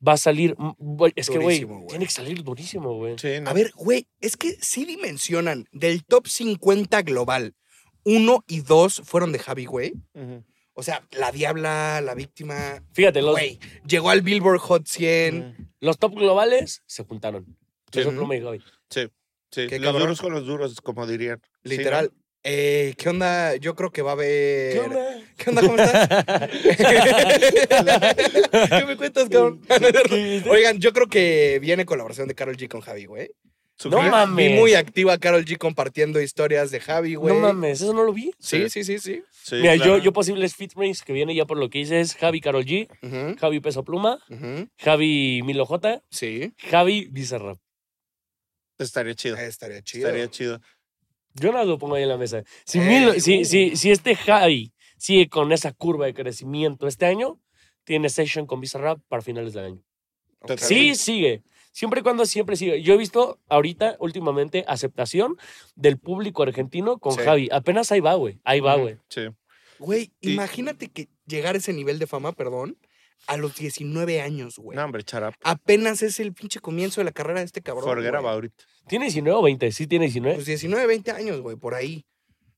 Speaker 2: va a salir... mm, güey, Es que, güey,
Speaker 1: Durísimo, güey.
Speaker 2: tiene que salir durísimo, güey.
Speaker 3: Sí, no.
Speaker 1: A ver, güey, es que sí dimensionan del top 50 global. Uno y dos fueron de Javi, güey.
Speaker 3: Ujú.
Speaker 1: O sea, La Diabla, La Víctima.
Speaker 2: Fíjate, los,
Speaker 1: Güey, llegó al Billboard Hot 100.
Speaker 3: Ujú.
Speaker 2: los top globales se juntaron.
Speaker 3: Sí.
Speaker 2: Peso Pluma y Javi.
Speaker 3: Sí,
Speaker 1: Qué
Speaker 3: los
Speaker 1: cabrón.
Speaker 3: duros con los duros, como dirían.
Speaker 1: Literal.
Speaker 3: Sí,
Speaker 1: Eh, ¿Qué onda? Yo creo que va a
Speaker 2: ¿Qué
Speaker 1: haber. *laughs*
Speaker 2: onda?
Speaker 1: ¿Qué onda? ¿Cómo
Speaker 2: *laughs*
Speaker 1: estás? ¿Qué me cuentas, cabrón? *laughs*
Speaker 2: ¿Qué-
Speaker 1: Oigan, yo creo que viene colaboración de Carol G con Javi, güey.
Speaker 2: No
Speaker 3: ¿no?
Speaker 1: Vi-
Speaker 3: Su-
Speaker 2: mames.
Speaker 1: Vi muy activa Carol G compartiendo historias de Javi, güey.
Speaker 2: No mames, eso no lo vi.
Speaker 1: Sí, sí, sí, sí.
Speaker 3: Sí,
Speaker 2: Mira,
Speaker 3: claro.
Speaker 2: yo, yo posibles featurings que viene ya por lo que hice es Javi Carol G,
Speaker 1: Ujú,
Speaker 2: Javi Peso Pluma,
Speaker 1: ujú,
Speaker 2: Javi Milo J,
Speaker 1: Sí.
Speaker 2: Javi Bizarrap.
Speaker 3: Estaría chido.
Speaker 1: Eh, Estaría chido.
Speaker 3: Estaría chido.
Speaker 2: Yo no lo pongo ahí en la mesa. Si,
Speaker 1: Eh,
Speaker 2: Milo- si,
Speaker 1: uh.
Speaker 2: si- si este Javi sigue con esa curva de crecimiento este año, tiene session con Bizarrap para finales del año.
Speaker 1: Ok.
Speaker 2: Sí, sigue. Siempre y cuando siempre sigue. Yo he visto ahorita, últimamente, aceptación del público argentino con
Speaker 1: Sí.
Speaker 2: Javi. Apenas ahí va, güey. Ahí va,
Speaker 3: Ujú.
Speaker 2: güey.
Speaker 3: Sí.
Speaker 1: Güey,
Speaker 3: Y-
Speaker 1: imagínate que llegar a ese nivel de fama, perdón, a los 19 años, güey.
Speaker 3: No, hombre, charap.
Speaker 1: Apenas es el pinche comienzo de la carrera de este cabrón.
Speaker 3: Forget
Speaker 1: güey.
Speaker 3: about it.
Speaker 2: ¿Tiene 19 o 20? Sí, tiene 19.
Speaker 1: Pues 19, 20 años, güey, por ahí.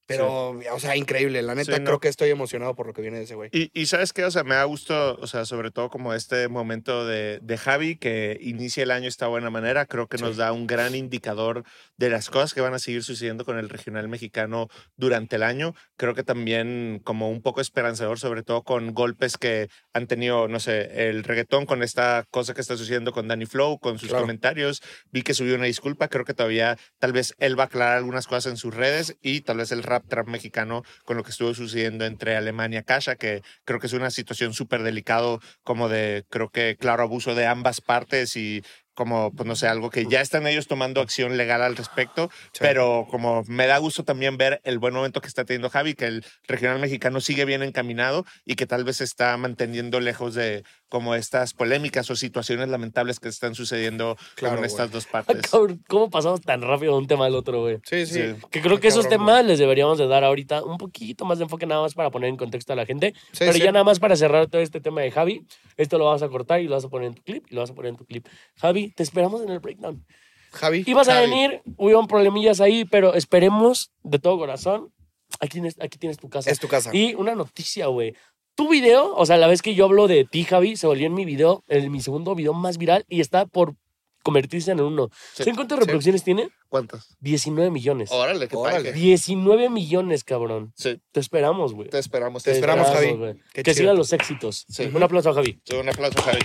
Speaker 1: Pero, o sea, increíble. La neta,
Speaker 3: Sí, no.
Speaker 1: creo que estoy emocionado por lo que viene de ese güey.
Speaker 3: Y, y sabes qué, o sea, me da gusto, o sea, sobre todo como este momento de, de Javi, que inicia el año de esta buena manera, creo que nos da un gran indicador de las cosas que van a seguir sucediendo con el regional mexicano durante el año. Creo que también como un poco esperanzador, sobre todo con golpes que han tenido, no sé, el reggaetón con esta cosa que está sucediendo con Danny Flow, con sus
Speaker 1: Claro.
Speaker 3: comentarios. Vi que subió una disculpa, creo que todavía tal vez él va a aclarar algunas cosas en sus redes y tal vez el rap trap mexicano con lo que estuvo sucediendo entre Alemania y Kasha, que creo que es una situación súper delicado, como de, creo que, claro, abuso de ambas partes y como, pues no sé, algo que ya están ellos tomando acción legal al respecto, pero como me da gusto también ver el buen momento que está teniendo Javi, que el regional mexicano sigue bien encaminado y que tal vez se está manteniendo lejos de como estas polémicas o situaciones lamentables que están sucediendo
Speaker 1: Claro,
Speaker 3: con
Speaker 1: güey.
Speaker 3: estas dos
Speaker 2: Ah,
Speaker 3: partes.
Speaker 2: cabrón, ¿Cómo pasamos tan rápido de un tema al otro, güey?
Speaker 1: Sí, sí.
Speaker 3: Sí.
Speaker 2: Que creo que esos
Speaker 1: Ah, Cabrón,
Speaker 2: temas les deberíamos de dar ahorita un poquito más de enfoque nada más para poner en contexto a la gente.
Speaker 1: Sí,
Speaker 2: Pero
Speaker 1: sí.
Speaker 2: ya nada más para cerrar todo este tema de Javi, esto lo vas a cortar y lo vas a poner en tu clip y lo vas a poner en tu clip. Javi, te esperamos en el breakdown.
Speaker 1: Javi.
Speaker 2: Ibas a
Speaker 1: Javi.
Speaker 2: venir, hubo problemillas ahí, pero esperemos de todo corazón. Aquí, tienes- aquí tienes tu casa.
Speaker 1: Es tu casa.
Speaker 2: Y una noticia, güey. Tu video, o sea, la vez que yo hablo de ti, Javi, se volvió en mi video, en mi segundo video más viral y está por convertirse en uno.
Speaker 3: Sí,
Speaker 2: ¿Saben cuántas
Speaker 3: sí.
Speaker 2: reproducciones tiene?
Speaker 3: ¿Cuántas?
Speaker 2: 19 millones.
Speaker 3: Órale, qué
Speaker 1: Órale.
Speaker 3: padre.
Speaker 2: 19 millones, cabrón.
Speaker 3: Sí,
Speaker 2: Te esperamos, güey.
Speaker 3: te esperamos.
Speaker 1: Te esperamos, Javi.
Speaker 2: güey.
Speaker 1: Qué
Speaker 2: Que
Speaker 1: chido.
Speaker 2: sigan los éxitos.
Speaker 3: Sí.
Speaker 2: Un aplauso a Javi.
Speaker 3: Sí, un aplauso, Javi.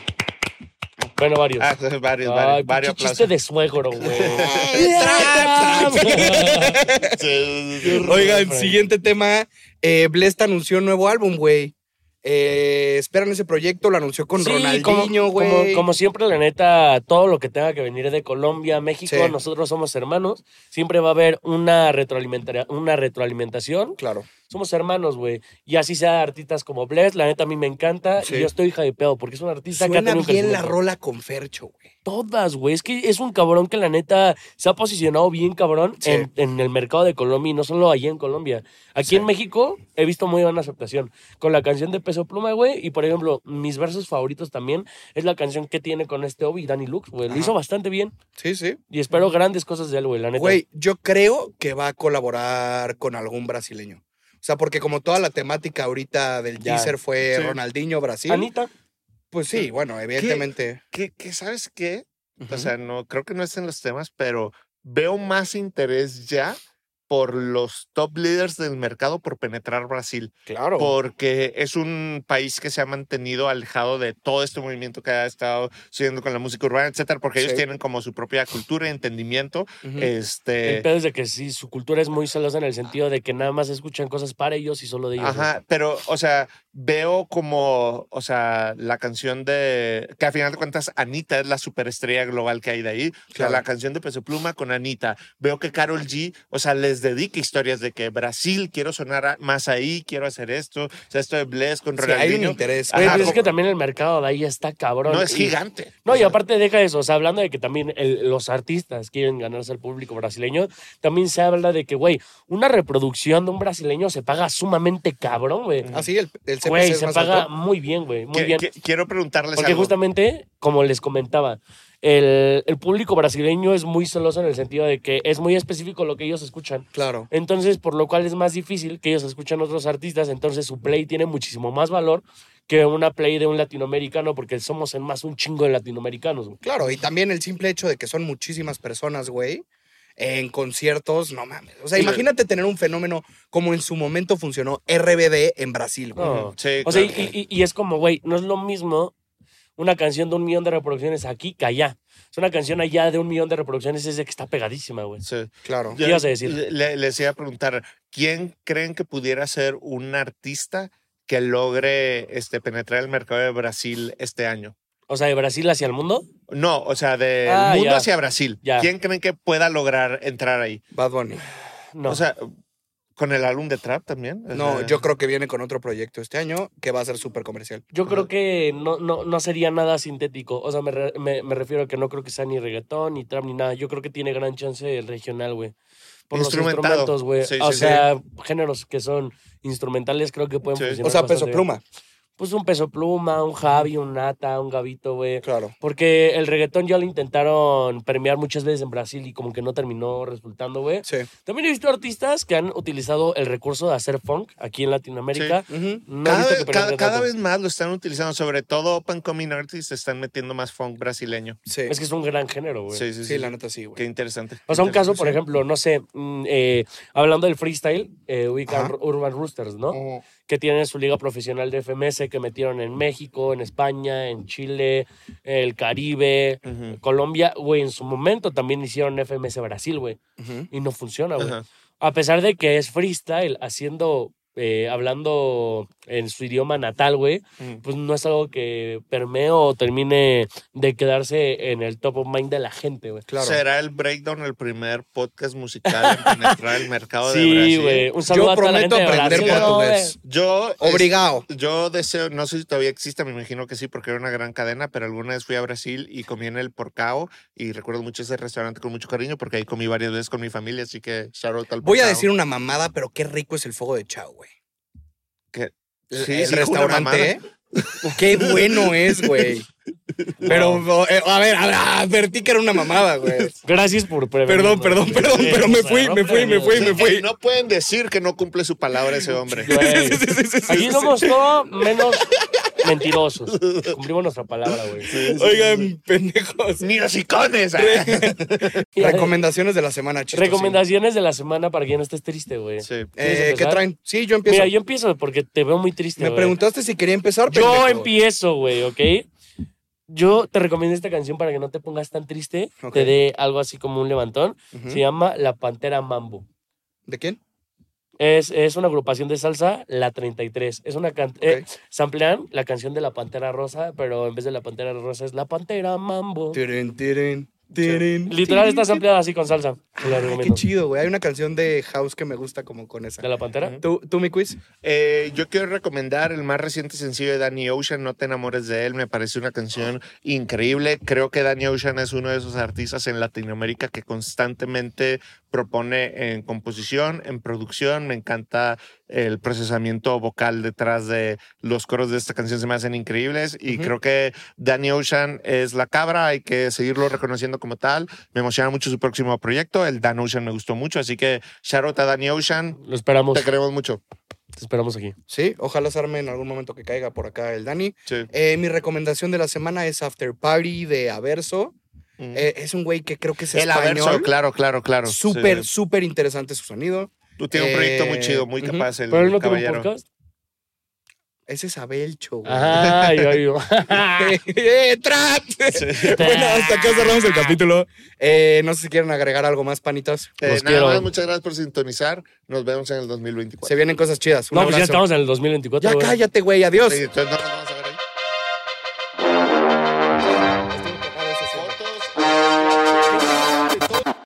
Speaker 2: Bueno, varios.
Speaker 3: Ah, *laughs* varios, varios,
Speaker 2: Ay,
Speaker 3: varios
Speaker 2: pinche chiste
Speaker 3: aplausos.
Speaker 2: de suegro,
Speaker 1: *laughs*
Speaker 2: güey. *laughs*
Speaker 3: *laughs* Sí, sí, sí.
Speaker 1: Oigan, siguiente tema. Eh, Blest anunció un nuevo álbum, güey. Eh, esperan ese proyecto, lo anunció con
Speaker 2: Sí,
Speaker 1: Ronaldinho,
Speaker 2: como-
Speaker 1: güey.
Speaker 2: Como, como siempre, la neta, todo lo que tenga que venir de Colombia, México,
Speaker 1: Sí.
Speaker 2: nosotros somos hermanos. Siempre va a haber una, retroalimenta- una retroalimentación.
Speaker 1: Claro.
Speaker 2: Somos hermanos, güey. Y así sea artistas como Bless, la neta a mí me encanta.
Speaker 1: Sí.
Speaker 2: Y yo estoy hypeado porque es un artista que ha
Speaker 1: Suena
Speaker 2: tenido un
Speaker 1: bien la
Speaker 2: crecimiento.
Speaker 1: rola con Fercho, güey.
Speaker 2: Todas, güey. Es que es un cabrón que la neta se ha posicionado bien cabrón
Speaker 1: Sí.
Speaker 2: en, en el mercado de Colombia y no solo allí en Colombia. Aquí
Speaker 1: Sí.
Speaker 2: en México he visto muy buena aceptación con la canción de Peso Pluma, güey. Y por ejemplo, mis versos favoritos también es la canción que tiene con este Obi, Danny Lux, güey. Lo
Speaker 1: Ajá.
Speaker 2: hizo bastante bien
Speaker 1: Sí, sí.
Speaker 2: y espero grandes cosas de él, güey, la neta.
Speaker 1: Güey, yo creo que va a colaborar con algún brasileño. O sea, porque como toda la temática ahorita del
Speaker 2: Ya.
Speaker 1: teaser fue
Speaker 3: Sí.
Speaker 1: Ronaldinho, Brasil.
Speaker 2: Anita,
Speaker 1: Pues sí, bueno, evidentemente.
Speaker 3: ¿Qué, qué, sabes qué?
Speaker 1: Ujú.
Speaker 3: O sea, no, creo que no es en los temas, pero veo más interés ya por los top leaders del mercado por penetrar Brasil,
Speaker 1: claro.
Speaker 3: porque es un país que se ha mantenido alejado de todo este movimiento que ha estado sucediendo con la música urbana, etcétera, porque ellos
Speaker 1: Sí.
Speaker 3: tienen como su propia cultura y entendimiento.
Speaker 1: Ujú.
Speaker 2: el
Speaker 3: Este,
Speaker 2: pedo es de que sí, su cultura es muy celosa en el sentido de que nada más escuchan cosas para ellos y solo de ellos. güey.
Speaker 3: Ajá, pero, o sea, veo como, o sea, la canción de, que a final de cuentas Anita es la superestrella global que hay de ahí, o sea,
Speaker 1: Claro.
Speaker 3: la canción de Peso Pluma con Anita, veo que Carol G, o sea, les dedica historias de que Brasil, quiero sonar a- más ahí, quiero hacer esto, o sea, esto de Bless con
Speaker 1: Sí, hay un
Speaker 3: Ronaldinho,
Speaker 1: interés.
Speaker 2: Güey,
Speaker 3: Ajá,
Speaker 2: pues es
Speaker 3: como-
Speaker 2: que también el mercado de ahí está cabrón.
Speaker 3: no es
Speaker 2: Y-
Speaker 3: gigante.
Speaker 2: No,
Speaker 3: O
Speaker 2: y
Speaker 3: sea,
Speaker 2: aparte deja eso, o sea, hablando de que también el- los artistas quieren ganarse al público brasileño, también se habla de que, güey, una reproducción de un brasileño se paga sumamente cabrón, güey.
Speaker 1: Ah, sí, el, el CPC
Speaker 2: Güey,
Speaker 1: es
Speaker 2: se
Speaker 1: más
Speaker 2: paga
Speaker 1: alto.
Speaker 2: muy bien, güey, muy
Speaker 3: que-
Speaker 2: bien.
Speaker 3: que- quiero preguntarles
Speaker 2: Porque
Speaker 3: algo.
Speaker 2: justamente, como les comentaba, el, el público brasileño es muy celoso en el sentido de que es muy específico lo que ellos escuchan.
Speaker 1: Claro.
Speaker 2: Entonces, por lo cual es más difícil que ellos escuchen otros artistas, entonces su play tiene muchísimo más valor que una play de un latinoamericano, porque somos en más un chingo de latinoamericanos. güey.
Speaker 1: Claro, y también el simple hecho de que son muchísimas personas, güey, en conciertos, no mames. O sea,
Speaker 3: Sí.
Speaker 1: imagínate tener un fenómeno como en su momento funcionó RBD en Brasil, güey.
Speaker 2: No.
Speaker 3: Sí,
Speaker 2: O sea,
Speaker 3: claro.
Speaker 2: y, y- y es como, güey, no es lo mismo una canción de un millón de reproducciones aquí que allá. Es una canción allá de un millón de reproducciones, es de que está pegadísima, güey.
Speaker 3: Sí.
Speaker 1: Claro.
Speaker 2: ¿Qué ibas a decir?
Speaker 3: le- le- les iba a preguntar, ¿quién creen que pudiera ser un artista que logre este, penetrar el mercado de Brasil este año?
Speaker 2: O sea, de Brasil hacia el mundo.
Speaker 3: No, o sea, del
Speaker 2: Ah,
Speaker 3: mundo
Speaker 2: ya.
Speaker 3: hacia Brasil.
Speaker 2: Ya.
Speaker 3: ¿Quién creen que pueda lograr entrar ahí?
Speaker 1: Bad Bunny.
Speaker 2: No.
Speaker 3: O sea, con el álbum de Trap también. O
Speaker 1: No,
Speaker 3: sea,
Speaker 1: yo creo que viene con otro proyecto este año que va a ser súper comercial.
Speaker 2: yo creo que no, no, no sería nada sintético. O sea, me, re- me- me refiero a que no creo que sea ni reggaetón, ni trap, ni nada. Yo creo que tiene gran chance el regional, güey. Por los
Speaker 3: Instrumentado.
Speaker 2: instrumentos, güey.
Speaker 3: Sí,
Speaker 2: o
Speaker 3: sí, sí.
Speaker 2: sea, géneros que son instrumentales creo que pueden
Speaker 3: Sí.
Speaker 2: funcionar.
Speaker 1: O sea, peso
Speaker 2: bastante bien.
Speaker 1: pluma.
Speaker 2: Pues un peso pluma, un Javi, un Nata, un Gavito, güey.
Speaker 1: Claro.
Speaker 2: Porque el reggaetón ya lo intentaron permear muchas veces en Brasil y como que no terminó resultando, güey.
Speaker 1: Sí.
Speaker 2: También he visto artistas que han utilizado el recurso de hacer funk aquí en Latinoamérica.
Speaker 1: Ujú.
Speaker 2: No he
Speaker 3: Cada,
Speaker 2: visto
Speaker 3: vez,
Speaker 2: que
Speaker 3: cada-
Speaker 2: penetre
Speaker 3: cada
Speaker 2: tanto.
Speaker 3: vez más lo están utilizando, sobre todo Open Coming Artists están metiendo más funk brasileño.
Speaker 1: Sí.
Speaker 2: Es que es un gran género, güey.
Speaker 3: Sí, sí, sí.
Speaker 1: Sí, la neta sí,
Speaker 3: Qué
Speaker 1: güey.
Speaker 3: interesante.
Speaker 2: O sea, un caso, por
Speaker 3: Interesante.
Speaker 2: ejemplo, no sé, mm, eh, hablando del freestyle, eh, ubican
Speaker 1: Ajá.
Speaker 2: Urban Roosters, ¿no?
Speaker 3: Oh.
Speaker 1: Ujú.
Speaker 2: que tienen su liga profesional de FMS que metieron en México, en España, en Chile, el Caribe,
Speaker 3: Ujú.
Speaker 2: Colombia, güey, en su momento también hicieron FMS Brasil, güey,
Speaker 1: Ujú.
Speaker 2: y no funciona, güey.
Speaker 3: Ajá.
Speaker 2: A pesar de que es freestyle, haciendo, eh, hablando en su idioma natal, güey,
Speaker 1: Mm.
Speaker 3: Ujú.
Speaker 2: pues no es algo que permee o termine de quedarse en el top of mind de la gente, güey.
Speaker 1: Claro.
Speaker 3: Será el Breakdown el primer podcast musical en penetrar el mercado
Speaker 1: *laughs*
Speaker 3: de
Speaker 2: Sí,
Speaker 3: Brasil.
Speaker 2: güey. Un saludo
Speaker 1: Yo
Speaker 2: a toda la gente
Speaker 1: prometo
Speaker 2: de
Speaker 1: aprender
Speaker 2: Brasil, güey.
Speaker 1: portugués.
Speaker 3: Yo es-
Speaker 1: Obrigado.
Speaker 3: yo deseo, no sé si todavía existe, me imagino que sí, porque era una gran cadena, pero alguna vez fui a Brasil y comí en el Porcao y recuerdo mucho ese restaurante con mucho cariño porque ahí comí varias veces con mi familia, así que shout out al
Speaker 1: Voy a
Speaker 3: Porcao.
Speaker 1: decir una mamada, pero qué rico es el fuego de Chao, güey.
Speaker 3: Que-
Speaker 1: El-
Speaker 3: sí,
Speaker 1: el
Speaker 3: sí, una
Speaker 1: *laughs*
Speaker 3: mamada.
Speaker 1: restaurante, ¿eh? Qué bueno es, güey. Pero, eh, a ver, a ver, advertí que era una mamada, *laughs* güey.
Speaker 2: Gracias por prevenir.
Speaker 1: Perdón, perdón, perdón, pero me fui, me fui, me fui, me fui.
Speaker 3: Ey, no pueden decir que no cumple su palabra
Speaker 1: *laughs*
Speaker 3: ese hombre.
Speaker 2: Güey.
Speaker 1: Sí, sí, sí, sí,
Speaker 2: Aquí
Speaker 1: sí.
Speaker 2: somos todos menos mentirosos. Cumplimos nuestra palabra, güey.
Speaker 1: Oigan, pendejos. *laughs*
Speaker 3: Ni los icones. ah.
Speaker 1: Recomendaciones de la semana, chicos.
Speaker 2: Recomendaciones de la semana para que no estés triste, güey.
Speaker 3: Sí.
Speaker 2: ¿Quieres
Speaker 1: Eh, ¿Qué
Speaker 2: empezar?
Speaker 1: traen? Sí, yo empiezo.
Speaker 2: Mira, yo empiezo porque te veo muy triste,
Speaker 1: Me
Speaker 2: güey.
Speaker 1: preguntaste si quería empezar.
Speaker 2: Yo
Speaker 1: pendejo.
Speaker 2: empiezo, güey, ¿ok? Yo te recomiendo esta canción para que no te pongas tan triste,
Speaker 1: Ok.
Speaker 2: te dé algo así como un levantón.
Speaker 1: Ujú.
Speaker 2: Se llama La Pantera Mambo.
Speaker 1: ¿De quién?
Speaker 2: Es, es una agrupación de salsa, La 33. Es una can eh, samplean la canción de La Pantera Rosa, pero en vez de La Pantera Rosa es La Pantera Mambo.
Speaker 1: Tirin, tirin, tirin,
Speaker 2: Literal
Speaker 1: tirin,
Speaker 2: está
Speaker 1: tirin.
Speaker 2: sampleada así con salsa. Te la
Speaker 1: Ay,
Speaker 2: recomiendo.
Speaker 1: qué chido, güey. Hay una canción de House que me gusta como con esa.
Speaker 2: ¿De La Pantera?
Speaker 1: ¿Tú, tú, mi quiz?
Speaker 3: Eh, yo quiero recomendar el más reciente sencillo de Danny Ocean, No te enamores de él. Me parece una canción increíble. Creo que Danny Ocean es uno de esos artistas en Latinoamérica que constantemente propone en composición, en producción. Me encanta el procesamiento vocal detrás de los coros de esta canción. Se me hacen increíbles y
Speaker 1: Ujú.
Speaker 3: creo que Danny Ocean es la cabra. Hay que seguirlo reconociendo como tal. Me emociona mucho su próximo proyecto. El Dan Ocean me gustó mucho. Así que shout out a Danny Ocean.
Speaker 2: Lo esperamos.
Speaker 3: Te queremos mucho.
Speaker 2: Te esperamos aquí.
Speaker 1: Sí, ojalá se arme en algún momento que caiga por acá el Dani.
Speaker 3: Sí.
Speaker 1: Eh, mi recomendación de la semana es After Party de Averso.
Speaker 3: Mm.
Speaker 1: Eh, es un güey que creo que es
Speaker 3: El
Speaker 1: español.
Speaker 3: Averso, claro, claro, claro.
Speaker 1: Súper,
Speaker 3: Sí.
Speaker 1: súper interesante su sonido.
Speaker 3: Tú tienes un proyecto muy
Speaker 1: eh,
Speaker 3: chido, muy
Speaker 1: ujú.
Speaker 3: capaz, el
Speaker 2: Pero él no tiene un
Speaker 3: caballero.
Speaker 2: podcast.
Speaker 1: Ese es Abelcho, güey.
Speaker 2: Ajá, yo, yo.
Speaker 1: *laughs* ¡Eh, trap! *laughs* Bueno, hasta acá cerramos el capítulo. Eh, no sé si quieren agregar algo más, panitas.
Speaker 3: Eh,
Speaker 2: Los
Speaker 3: nada
Speaker 2: quiero.
Speaker 3: más, muchas gracias por sintonizar. Nos vemos en el 2024.
Speaker 1: Se vienen cosas chidas. Un
Speaker 2: No, pues ya
Speaker 1: abrazo.
Speaker 2: estamos en el 2024.
Speaker 1: Ya
Speaker 2: güey.
Speaker 1: cállate, güey. Adiós.
Speaker 3: Sí, entonces, no, no.